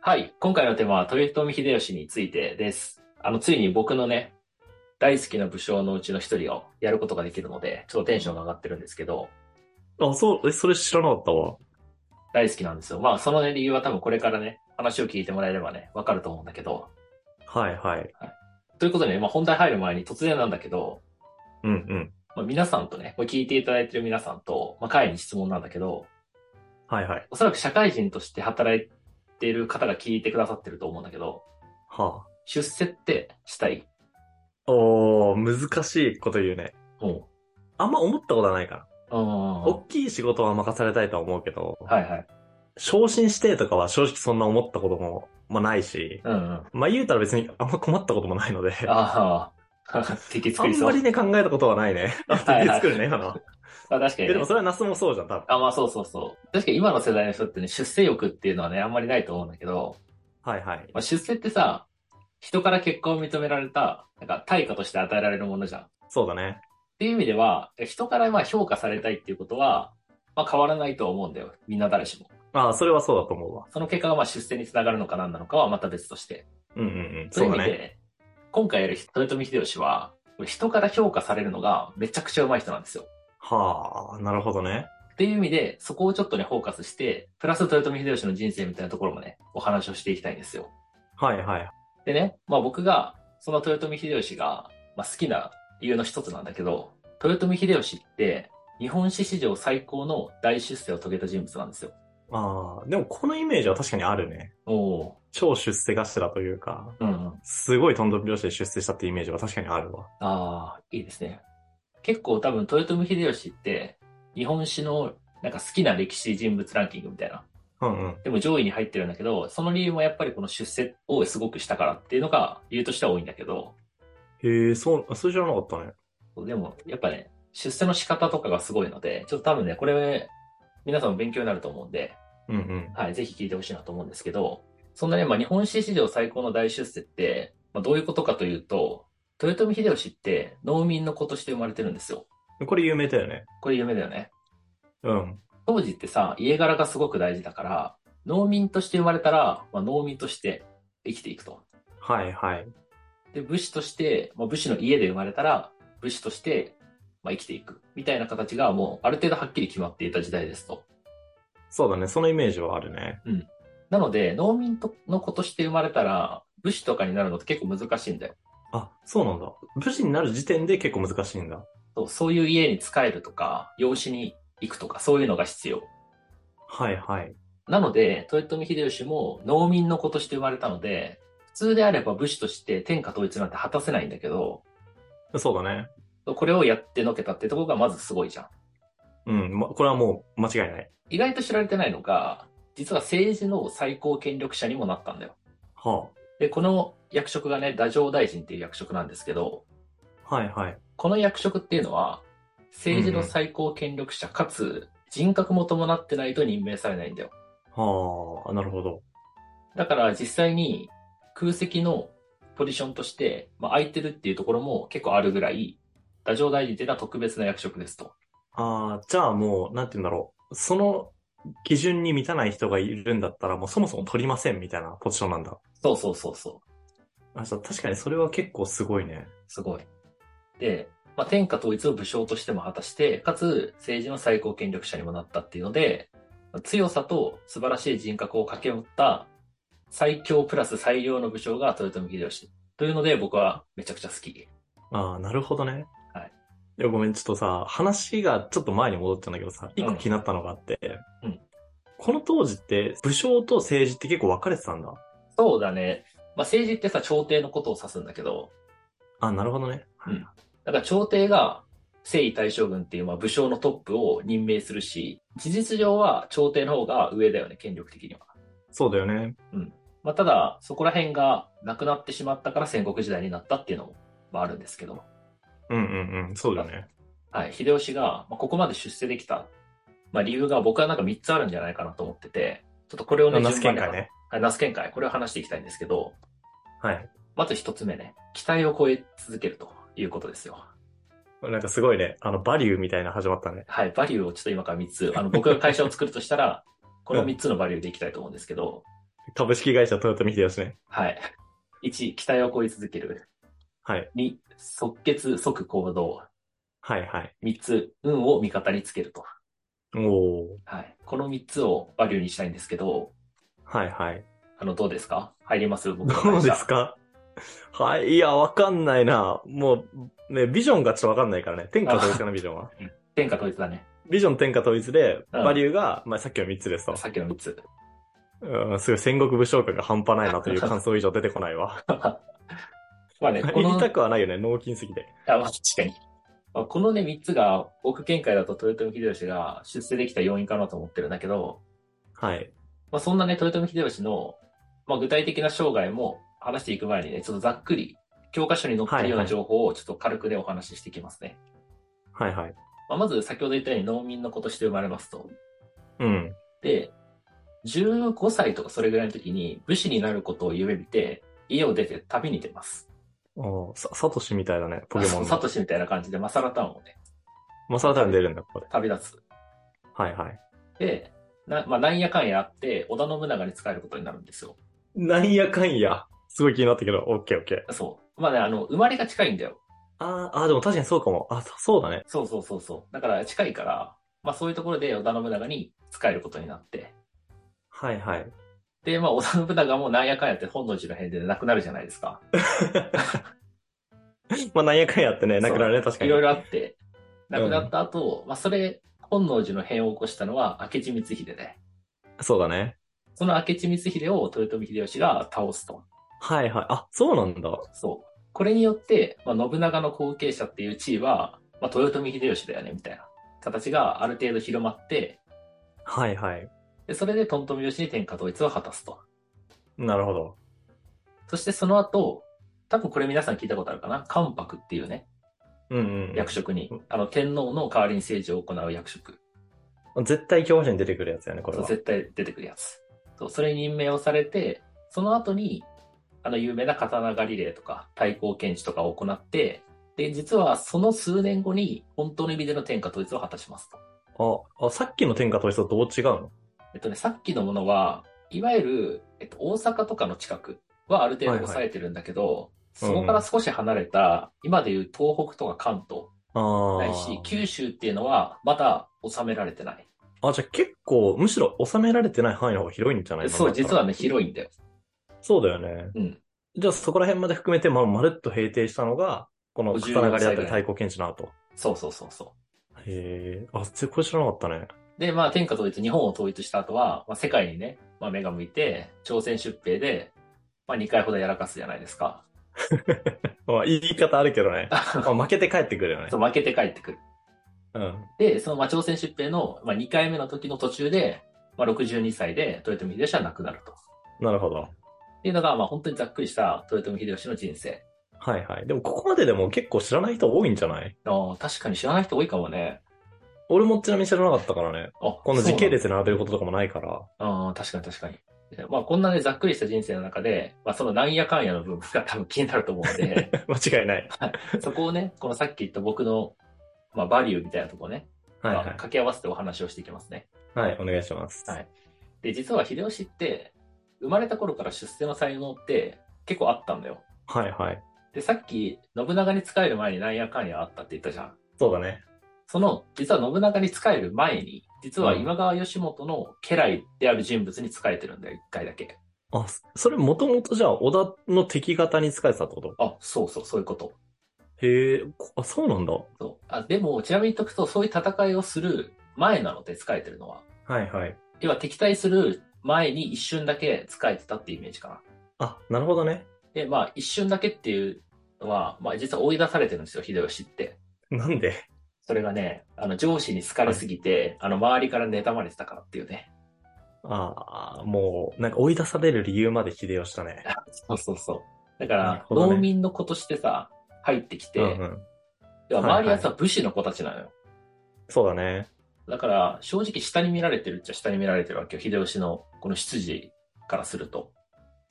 はい。今回のテーマは豊臣秀吉についてです。あの、ついに僕のね、大好きな武将のうちの一人をやることができるので、ちょっとテンションが上がってるんですけど、あ、そう、え、それ知らなかったわ。大好きなんですよ。まあ、そのね、理由は多分これからね、話を聞いてもらえればね、わかると思うんだけど。はいはい。ということでね、まあ、本題入る前に突然なんだけど、うんうん。まあ、皆さんとね、これ聞いていただいてる皆さんと、まあ、会に質問なんだけど、はいはい。おそらく社会人として働いている方が聞いてくださってると思うんだけど、は出世ってしたいあ。おー、難しいこと言うね。もあんま思ったことはないかう。うんうんな。うん。大きい仕事は任されたいとは思うけど、はいはい。昇進してとかは正直そんな思ったことも、まあ、ないし、うんうん。まあ言うたら別にあんま困ったこともないので、あああ、 敵作りんそう。まりね考えたことはないね。あ、はいはい作るね、今の。あ確かにえでね、もそれはナスもそうじゃん、多分。あ、まあそうそうそう。確かに今の世代の人ってね、出世欲っていうのはね、あんまりないと思うんだけど、はいはい。まあ、出世ってさ、人から結果を認められた、なんか対価として与えられるものじゃん。っそうだね。ていう意味では、人からまあ評価されたいっていうことは、まあ変わらないとは思うんだよ。みんな誰しも。ああ、それはそうだと思うわ。その結果がまあ出世につながるのかなんなのかはまた別として。うんうんうん。そうそいうう意だ味ね。で、今回やる豊臣秀吉は、人から評価されるのがめちゃくちゃ上手い人なんですよ。はあ、なるほどね。っていう意味で、そこをちょっとね、フォーカスして、プラス豊臣秀吉の人生みたいなところもね、お話をしていきたいんですよ。はいはい。でね、まあ僕が、その豊臣秀吉が、まあ、好きな理由の一つなんだけど、豊臣秀吉って、日本史史上最高の大出世を遂げた人物なんですよ。ああ、でもこのイメージは確かにあるね。おお超出世頭というか、ー、うんうん。あすごいトントン拍子で出世したってイメージは確かにあるわ。あー、いいですね。結構多分豊臣秀吉って、日本史のなんか好きな歴史人物ランキングみたいな。うんうん。でも上位に入ってるんだけど、その理由もやっぱりこの出世をすごくしたからっていうのが理由としては多いんだけど、へえ、そう、あそれ知らなかったね。でも、やっぱね、出世の仕方とかがすごいので、ちょっと多分ね、これ、皆さんも勉強になると思うんで、うんうん。はい、ぜひ聞いてほしいなと思うんですけど、そんなね、まあ、日本史史上最高の大出世って、まあ、どういうことかというと、豊臣秀吉って農民の子として生まれてるんですよ。これ有名だよね。これ夢だよね。うん。当時ってさ、家柄がすごく大事だから、農民として生まれたら、まあ、農民として生きていくと。はいはい。で、武士として、まあ、武士の家で生まれたら、武士として、まあ、生きていく。みたいな形がもう、ある程度はっきり決まっていた時代ですと。そうだね、そのイメージはあるね。なので、農民との子として生まれたら、武士とかになるのって結構難しいんだよ。あ、そうなんだ。武士になる時点で結構難しいんだ。そうそういう家に仕えるとか、養子に行くとか、そういうのが必要。はいはい。なので、豊臣秀吉も農民の子として生まれたので、普通であれば武士として天下統一なんて果たせないんだけど、そうだね。これをやってのけたってところがまずすごいじゃん。うん、ま、これはもう間違いない。意外と知られてないのが、実は政治の最高権力者にもなったんだよ。はで、この役職がね、太政大臣っていう役職なんですけど、あ。はいはい。この役職っていうのは、政治の最高権力者かつ人格も伴ってないと任命されないんだよ。はあ、なるほど。だから実際に空席のポジションとして、まあ、空いてるっていうところも結構あるぐらい、太政大臣っていうのは特別な役職ですと。ああ、じゃあもう、なんて言うんだろう。その基準に満たない人がいるんだったら、もうそもそも取りませんみたいなポジションなんだ。そうそうそうそう。あ、じゃあ確かにそれは結構すごいね。すごい。で、まあ、天下統一を武将としても果たして、かつ政治の最高権力者にもなったっていうので、強さと素晴らしい人格を掛け持った最強プラス最良の武将が豊臣秀吉。というので僕はめちゃくちゃ好き。ああ、なるほどね。はい。いや、ごめん、ちょっとさ、話がちょっと前に戻っちゃうんだけどさ、一う個ん気になったのがあって、うんこの当時って、武将と政治って結構分かれてたんだ。そうだね。まあ、政治ってさ、朝廷のことを指すんだけど、あ、なるほどね。うんだから朝廷が征夷大将軍っていうまあ武将のトップを任命するし、事実上は朝廷の方が上だよね、権力的には。そうだよね。まあ、ただ、そこら辺がなくなってしまったから戦国時代になったっていうのもまああるんですけど、うんうんうん、そうだよね。はい、秀吉がまあここまで出世できた、まあ、理由が僕はなんか3つあるんじゃないかなと思ってて、ちょっとこれをね、ナス見順番解にね。はい、ナス見解、これを話していきたいんですけど、はい。まず1つ目ね、期待を超え続けるということですよ。なんかすごいね、あの、バリューみたいな始まったね。はい、バリューをちょっと今から3つ、あの僕が会社を作るとしたら、この3つのバリューでいきたいと思うんですけど、株式会社トヨタ三秀吉ね。はい。1、期待を超え続ける。はい。 2、即決即行動。はいはい。 3つ、運を味方につけると。おー。はい。この3つをバリューにしたいんですけど、はいはい。あの、どうですか入ります僕の会社どうですかはい。いや、わかんないな。もう、ね、ビジョンがちょっとわかんないからね。天下統一かな、ビジョンは。天下統一だね。ビジョン天下統一で、うんバリューが、まあ、さっきの3つですと。さっきの3つ。うん、すごい戦国武将感が半端ないなという感想以上出てこないわ。まあね、こ言いの、たくはないよね、脳筋すぎて。あ、まあ確かに。まあ、このね、3つが、僕見解だと豊臣秀吉が出世できた要因かなと思ってるんだけど、はい。まあ、そんなね、豊臣秀吉の、まあ、具体的な生涯も話していく前にね、ちょっとざっくり、教科書に載ってるようはいはない情報をちょっと軽くでお話ししていきますね。はいはい。まあ、まず、先ほど言ったように農民の子として生まれますと。うん。で、15歳とかそれぐらいの時に武士になることを夢見て、家を出て旅に出ます。おーさ、サトシみたいだね、ポケモンあそう サの。トシみたいな感じでマサラタウンをね、マサラタウン出るんだ、ここで。旅立つ。はいはい。で、な、まあ、なんやかんやあって、織田信長に仕えることになるんですよ。なんやかんや。すごい気になったけど、オッケーオッケー。そう。まあね、あの、生まれが近いんだよ。あーあー、でも確かにそうかも。あ、そそうだね。そうそうそうそう。だから近いから、まあそういうところで織田信長に仕えることになって。はいはい。で、まあ織田信長もなんやかんやって本能寺の変で亡くなるじゃないですか。まあ、なんやかんやってね、なくなるね、確かいに。ろいろ。ろあって、亡くなった後、まあそれ、本能寺の変を起こしたのは明智光秀で、そうだね。その明智光秀を豊臣秀吉が倒すと。はいはい。あ、そうなんだ。そう。これによって、まあ信長の後継者っていう地位は、まあ豊臣秀吉だよね、みたいな形がある程度広まって、はいはい。でそれで豊臣秀吉に天下統一を果たすと。なるほど。そしてその後、多分これ皆さん聞いたことあるかな関白っていうね、うんうん。役職にうん。あの、天皇の代わりに政治を行う役職。絶対教科書に出てくるやつだよね、これそうは。絶対出てくるやつ。そう、それに任命をされて、その後に、あの、有名な刀狩りレーとか、太閤検知とかを行って、で、実はその数年後に、本当の意味での天下統一を果たしますと。あ、あ、さっきの天下統一とどう違うのえっとね、さっきのものは、いわゆる、えっと、大阪とかの近くはある程度抑えてるんだけど、そこから少し離れた、今でいう東北とか関東、ああ。ないし、九州っていうのはまだ収められてない。あ、じゃあ結構、むしろ収められてない範囲の方が広いんじゃないそう、実は。はね、広いんだよ。そうだよね。うん。じゃあそこら辺まで含めて、まあ、まるっと平定したのが、この54刀狩りだ歳ぐったりらい太鼓検知の後。そうそうそうそへえ。あ、絶対知らなかったね。う。で、まあ、天下統一、日本を統一した後は、まあ、世界にね、まあ、目が向いて、朝鮮出兵で、まあ、2回ほどやらかすじゃないですか。まあ、言い方あるけ どね。まあ、負けて帰ってくるよねそ。う負けて帰ってくる。うん。で、その、まあ、朝鮮出兵の、まあ、2回目の時の途中で、まあ、62歳で、豊臣秀吉は亡くなると。っなるほど。ていうのが、まあ、本当にざっくりした豊臣秀吉の人生。はいはい。でも、ここまででも結構知らない人多いんじゃないあー確かに知らない人多いかもね。俺もちなみに知らなかったからね。あ、この時系で列並べることとかもないから。ああ、確かに確かに。まあ、こんなね、ざっくりした人生の中で、まあ、そのなんやかんやの部分が多分気になると思うんで、 間違いない。そこをね、このさっき言った僕の、まあ、バリューみたいなところね、はいまあは掛け合わせてお話をしていきますね。い。はい、お願いします。はいで、実は秀吉って、生まれた頃から出世の才能って結構あったんだよ。はいはい。で、さっき、信長に仕える前になんやかんやあったって言ったじゃん。そうだね。その、実は信長に仕える前に、実は今川義元の家来である人物に仕えてるんだよ、一回だけ。あ、そそれもともとじゃあ、織田の敵方に使えてたってことあ、そうそう、そういうこと。へえ、こあ、そうなんだ。そう。あ、でも、ちなみに言っとくと、そういう戦いをする前なので、使えてるのは。はいはい。要は、敵対する前に一瞬だけ使えてたってイメージかな。あ、なるほどね。で、まあ、一瞬だけっていうのは、まあ、実は追い出されてるんですよ、秀吉って。なんでそれがね、あの、上司に好かれすぎて、あの、周りから妬まれてたからっていうね。ああ、もう、なんか追い出される理由まで秀吉だね。そうそうそう。だかなるら、ほどね農民の子としてさ、入ってきて、うんうん。要は周りはさ、は武士の子たちなのよ。そうだね。だから、正直下に見られてるっちゃ下に見られてるわけよ、秀吉のこの出自からすると。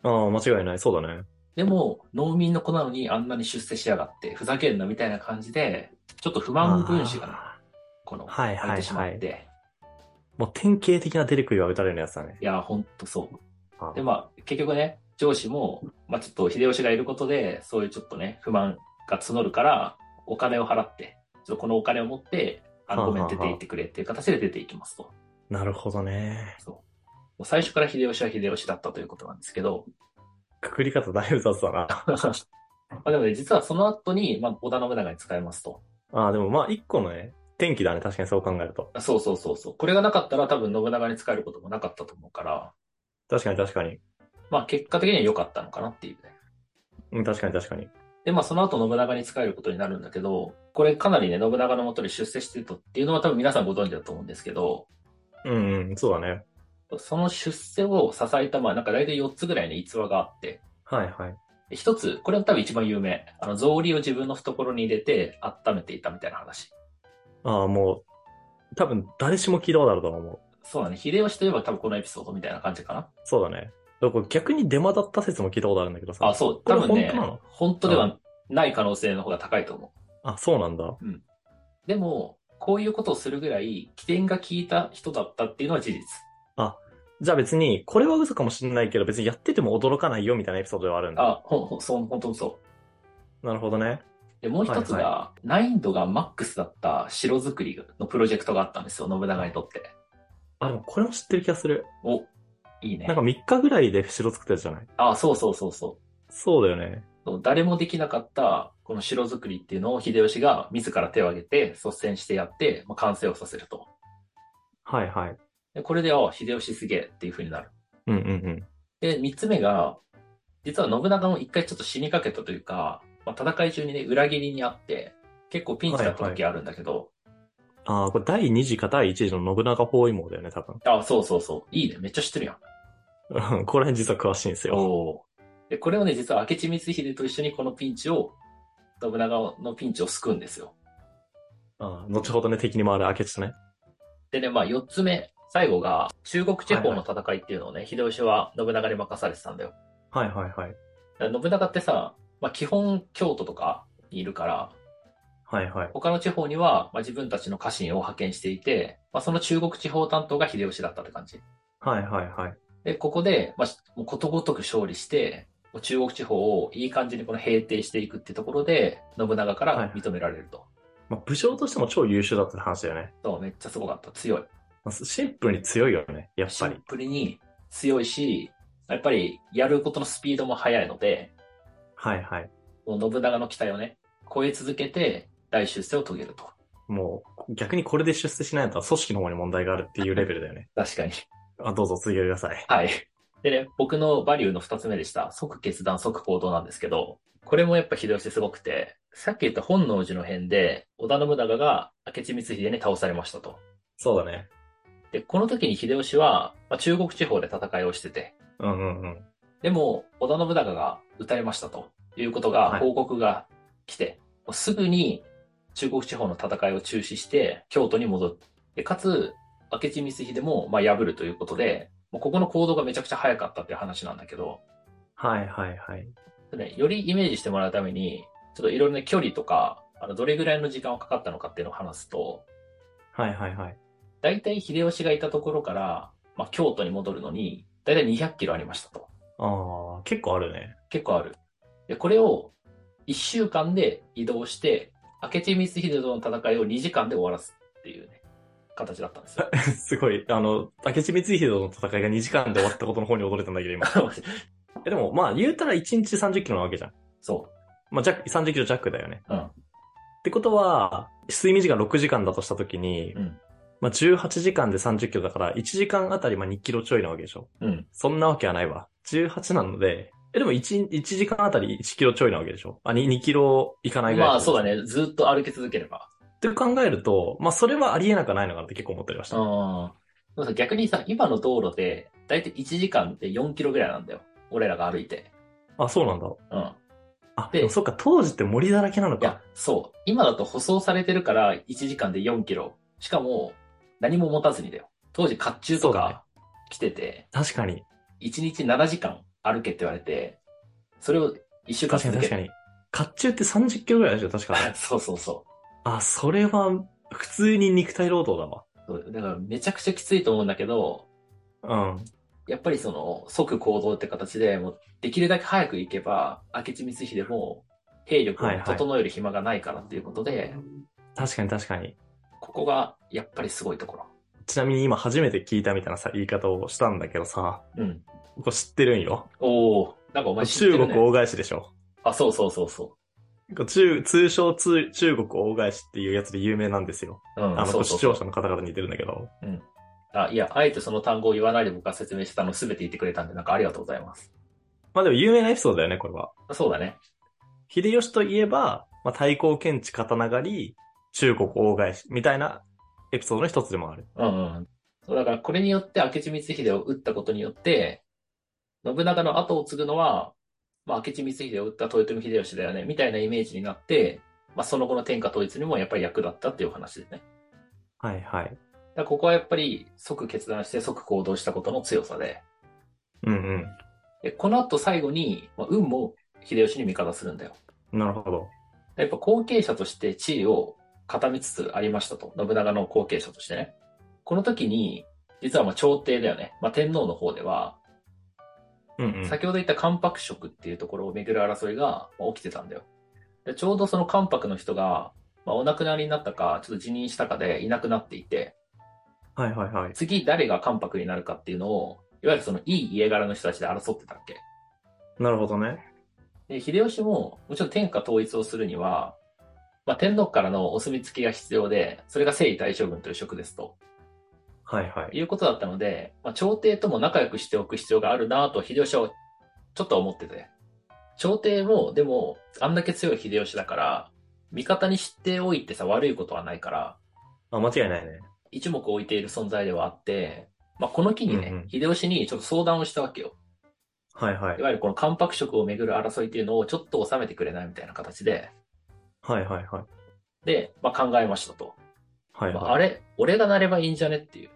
ああ、間違いない。そうだね。でも、農民の子なのにあんなに出世しやがって、ふざけんなみたいな感じで、ちょっと不満分子がね、あこの、はいはいはいてしまって、いーもう典型的な出てくりは打たれるやつだね。や、ほんとそう。あで、まあ、結局ね、上司も、まあ、ちょっと秀吉がいることで、そういうちょっとね、不満が募るから、お金を払って、ちょっとこのお金を持って、あの、はあごはあめはん、出あて行ってくれっていう形で出ていきますと。なるほどね。そう。もう最初から秀吉は秀吉だったということなんですけど、くくり方だいぶ雑だな。まあでもね、実はその後に、まあ、織田信長に使えますと。ああ、でもまあ、一個のね、天気だね。確かにそう考えると。あそうそうそうそう。これがなかったら多分信長に使えることもなかったと思うから、確かに確かに。まあ結果的には良かったのかなっていうね。うん、確かに確かに。で、まあその後信長に仕えることになるんだけど、これかなりね、信長のもとで出世してるとっていうのは多分皆さんご存知だと思うんですけど、うん、うん、そうだね。その出世を支えた、まあなんか大体4つぐらいの逸話があって、はいはい。で一つ、これは多分一番有名。あの、草履を自分の懐に入れて温めていたみたいな話。ああ、もう、多分誰しも聞いたことあると思う。そうだね。秀吉といえば多分このエピソードみたいな感じかな。そうだね。だから逆にデマだった説も聞いたことあるんだけどさ。あ、そう。こ多れ分ね本当なの、本当ではない可能性の方が高いと思う。あ、そうなんだ。でも、こういうことをするぐらい、起点が効いた人だったっていうのは事実。じゃあ別に、これは嘘かもしれないけど、別にやってても驚かないよみたいなエピソードではあるんだ。あ、ほん、ほん、そう、本当にそう。なるほどね。で、もう一つが、はい難易度がマックスだった城作りのプロジェクトがあったんですよ、信長にとって。あ、でもこれも知ってる気がする。お、いいねなん。か3日ぐらいで城作ったやつじゃないあ、そうそうそうそそうだよね。うそう。誰もできなかった、この城作りっていうのを秀吉が自ら手を挙げて、率先してやって、まあ、完成をさせると。はいはい。で、これで、あ、秀吉すげえっていう風になる。うんうんうん。で、三つ目が、実は信長も一回ちょっと死にかけたというか、まあ、戦い中にね、裏切りにあって、結構ピンチだった時あるんだけど、ああ、これ第2次か第1次の信長包囲網だよね、多分。あ、そうそうそう。いいね。めっちゃ知ってるやん。うんこれ辺実は詳しいんですよ。おーで、これをね、実は明智光秀と一緒にこのピンチを、信長のピンチを救うんですよ。ああ後ほどね、敵に回る明智とね。でね、まあ四つ目、最後が、中国地方の戦いっていうのをね、秀吉は信長に任されてたんだよ。はいはいはい。だから信長ってさ、まあ基本京都とかにいるから、はいはい。他の地方には、まあ、自分たちの家臣を派遣していて、まあ、その中国地方担当が秀吉だったって感じ。はいはいはい。で、ここで、まあ、しもうことごとく勝利して、もう中国地方をいい感じにこの平定していくってところで、信長から認められると。まあ、武将としても超優秀だったって話だよね。そう、めっちゃすごかった。強い。まあシンプルに強いよね、やっシぱンり。プルに強いし、やっぱりやることのスピードも速いので、はいはい。もう信長の期待をね、超え続けて大出世を遂げると。もう、逆にこれで出世しないんだったら組織の方に問題があるっていうレベルだよね。確かに。 あ、どうぞ続けてください。はい。でね、僕のバリューの二つ目でした。即決断、即行動なんですけど、これもやっぱ秀吉すごくて、さっき言った本能寺の変で、織田信長が明智光秀に倒されましたと。そうだね。で、この時に秀吉は、まあ、中国地方で戦いをしてて、うんうんうん。でも、織田信長が撃たれましたということはが、い報告が来て、もうすぐに中国地方の戦いを中止して、京都に戻る。でかつ、明智光秀も、まあ、破るということで、もうここの行動がめちゃくちゃ早かったっていう話なんだけど、はいはいはい。ね、よりイメージしてもらうために、ちょっといろいろね、距離とか、あの、どれぐらいの時間をかかったのかっていうのを話すと、はいはいはい。大体秀吉がいたところから、まあ、京都に戻るのに、大体200キロありましたと。ああ、結構あるね。 結構ある。で、これを1週間で移動して、明智光秀との戦いを2時間で終わらすっていうね、形だったんですよ。 すごい、あの、明智光秀との戦いが2時間で終わったことの方に驚いたんだけど、今。 えでも、まあ、言うたら1日30キロなわけじゃん。そまあ、弱30キロ弱だよね。うんってことは、睡眠時間6時間だとしたときに、うんまあ、18時間で30キロだから、1時間あたりまあ2キロちょいなわけでしょ。う。うん。そんなわけはないわ。18なので、え、でも1、一時間あたり1キロちょいなわけでしょ。あ、2, 2キロいかないぐらい。まあ、そうだ。ね。ずっと歩き続ければ。って考えると、まあ、それはありえなくはないのかなって結構思っておりました。うん。でもさ逆にさ、今の道路で、大体1時間で4キロぐらいなんだよ。俺らが歩いて。あ、そうなんだ。うん。あ、ででもそっか、当時って森だらけなのいやか。、そう。今だと舗装されてるから、1時間で4キロ。しかも、何も持たずにだよ。当時、甲冑とそうだねか着てて、確かに。 1日7時間歩けって言われて、それを1週間確か続に確けかる。に。甲冑って30キロぐらいでしょ、確か。 そうそうそあ、それは、普通に肉体労働うそう。だから、めちゃくちゃきついと思うんだけど、だわ。うん。やっぱりその即行動って形で、もうできるだけ早く行けば、明智光秀も兵力を整える暇がないからっていうことで、確かに確かに。ここがやっぱりすごいところ。ちなみに今初めて聞いたみたいなさ、言い方をしたんだけどさ、うん。これ知ってるんよ。おおなんかお前知って中る国ね。大返しでしょ。あ、そうそうそうそこれ中通称通中国大返しっていうやつで有名なんですよ。う。うん、あの、そうこれそう視そう聴者の方々に言ってるんだけど。あ。いや、あえてその単語を言わないで僕が説明したの全て言ってくれたんで、なんかありがとうございます。まあでも有名なエピソードだよね、これは。そうだね。秀吉といえば、まあ、太閤検地刀狩り、中国大返し、みたいなエピソードの一つでもある。うんうん。そうだからこれによって明智光秀を撃ったことによって、信長の後を継ぐのは、まあ、明智光秀を撃った豊臣秀吉だよね、みたいなイメージになって、まあ、その後の天下統一にもやっぱり役立ったっていうお話ですね。はいはい。だからここはやっぱり即決断して即行動したことの強さで、うんでこの後最後に、まあ、運も秀吉に味方するんだよ。うん。なるほど。やっぱ後継者として地位を固めつつありましたと。信長の後継者としてね。この時に、実はまあ朝廷だよね。まあ、天皇の方では、うんうん。先ほど言った関白職っていうところをめぐる争いがまあ起きてたんだよ。でちょうどその関白の人が、まあ、お亡くなりになったか、ちょっと辞任したかでいなくなっていて、はいはいはい。次誰が関白になるかっていうのを、いわゆるそのいい家柄の人たちで争ってたっけ。なるほどね。で、秀吉も、もちろん天下統一をするには、まあ、天皇からのお墨付きが必要で、それが征夷大将軍という職ですと。はいはい。いうことだったので、まあ、朝廷とも仲良くしておく必要があるなぁと秀吉はちょっと思ってて。朝廷も、でも、あんだけ強い秀吉だから、味方に知っておいてさ、悪いことはないから、あ、間違いないね。一目置いている存在ではあって、まあ、この機にね、うんうん秀吉にちょっと相談をしたわけよ。はいはいい。わゆるこの関白職をめぐる争いっていうのをちょっと収めてくれないみたいな形で、はいはいはい。で、まあ、考えましたと。はいまはあ、あれ俺がなればいいんじゃねっていう。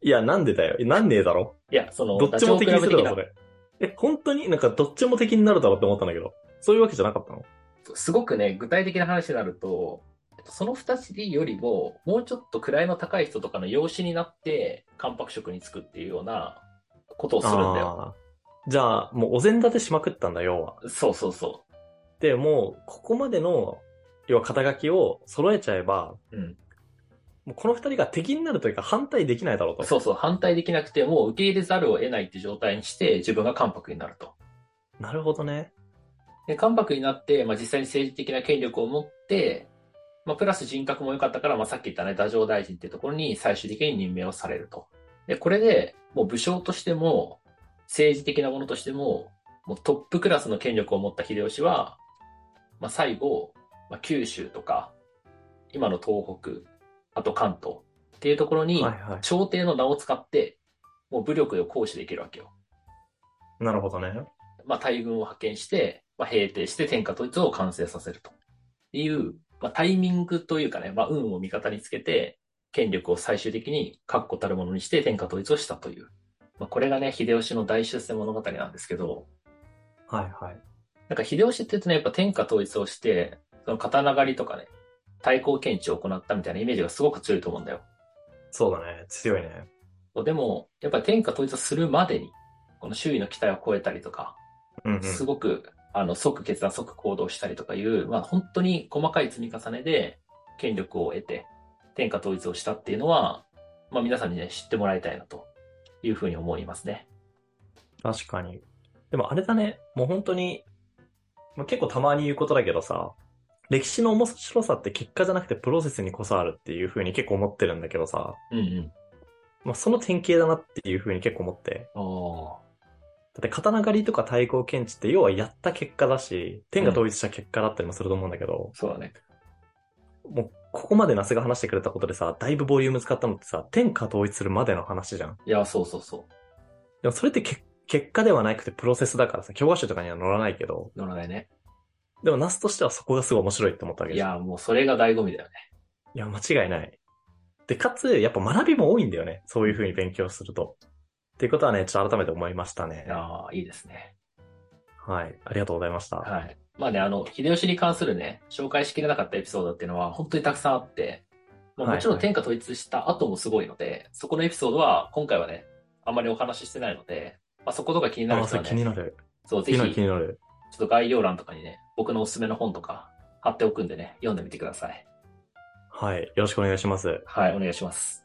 い。いや、なんでだよ。えなんでだろいや、その、どっちもダチ敵ョウに倶す楽る部だろ、的そなれ。え、本当になんかどっちも敵になるだろうって思ったんだけど。そういうわけじゃなかったのすごくね、具体的な話になると、えっとその二人よりも、もうちょっと位の高い人とかの養子になって、関白職に就くっていうようなことをするんだよ。あーじゃあ、もうお膳立てしまくったんだ、要は。そうそうそで、もう、ここまでの、要は肩書きを揃えちゃえば、う。うん。もうこの二人が敵になるというか反対できないだろうと。そうそう、反対できなくて、もう受け入れざるを得ないって状態にして、自分が関白になると。なるほどね。で、関白になって、まあ、実際に政治的な権力を持って、まあ、プラス人格も良かったから、まあ、さっき言ったね、太政大臣っていうところに最終的に任命をされると。で、これで、もう武将としても、政治的なものとしても、もうトップクラスの権力を持った秀吉は、まあ、最後、まあ、九州とか、今の東北、あと関東っていうところに、はいは朝廷の名を使って、もう武力を行使できるわけよ。い。なるほどね。まあ、大軍を派遣して、まあ、平定して天下統一を完成させるという、まあ、タイミングというかね、まあ、運を味方につけて、権力を最終的に確固たるものにして天下統一をしたという。まあ、これがね、秀吉の大出世物語なんですけど、はいはい。なんか秀吉って言うとね、やっぱ天下統一をして、その刀狩りとかね、対抗検知を行ったみたいなイメージがすごく強いと思うんだよ。そうだね。強いね。でも、やっぱ天下統一をするまでに、この周囲の期待を超えたりとか、うん、うん。すごく、あの、即決断、即行動したりとかいう、まあ、本当に細かい積み重ねで、権力を得て、天下統一をしたっていうのは、まあ、皆さんにね、知ってもらいたいな、というふうに思いますね。確かに。でもあれだね。もう本当に、まあ、結構たまに言うことだけどさ、歴史の面白さって結果じゃなくてプロセスにこそあるっていう風に結構思ってるんだけどさ、うんうん。まあ、その典型だなっていう風に結構思って。おだって刀狩りとか対抗検知って要はやった結果だし、天が統一した結果だったりもすると思うんだけど、そうだね。もうここまでナスが話してくれたことでさ、だいぶボリューム使ったのってさ、天下統一するまでの話じゃん。いや、そうそうそう。でもそれってけ結果ではなくてプロセスだからさ、教科書とかには載らないけど、乗らないね。でもナスとしてはそこがすごい面白いって思ったわけいじゃん。や、もうそれが醍醐味だよね。いや、間違いない。で、かつ、やっぱ学びも多いんだよね。そういう風に勉強すると。っていうことはね、ちょっと改めて思いましたねい。やー、いいですね。はい。ありがとうございました。はい。まあね、あの、秀吉に関するね、紹介しきれなかったエピソードっていうのは、本当にたくさんあって、まあ、はいもちろん天下統一した後もすごいので、そこのエピソードは、今回はね、あんまりお話ししてないので、まあ、そことか気になるあ、人そはれ気にね、なる。そう、気ぜにひ、ちょなる、気になる。っと概要欄とかにね、僕のおすすめの本とか貼っておくんでね、読んでみてください。はい。よろしくお願いします。はい、お願いします。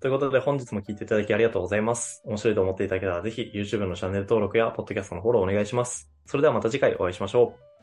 ということで本日も聞いていただきありがとうございます。面白いと思っていただけたらぜひ YouTube のチャンネル登録や Podcast のフォローお願いします。それではまた次回お会いしましょう。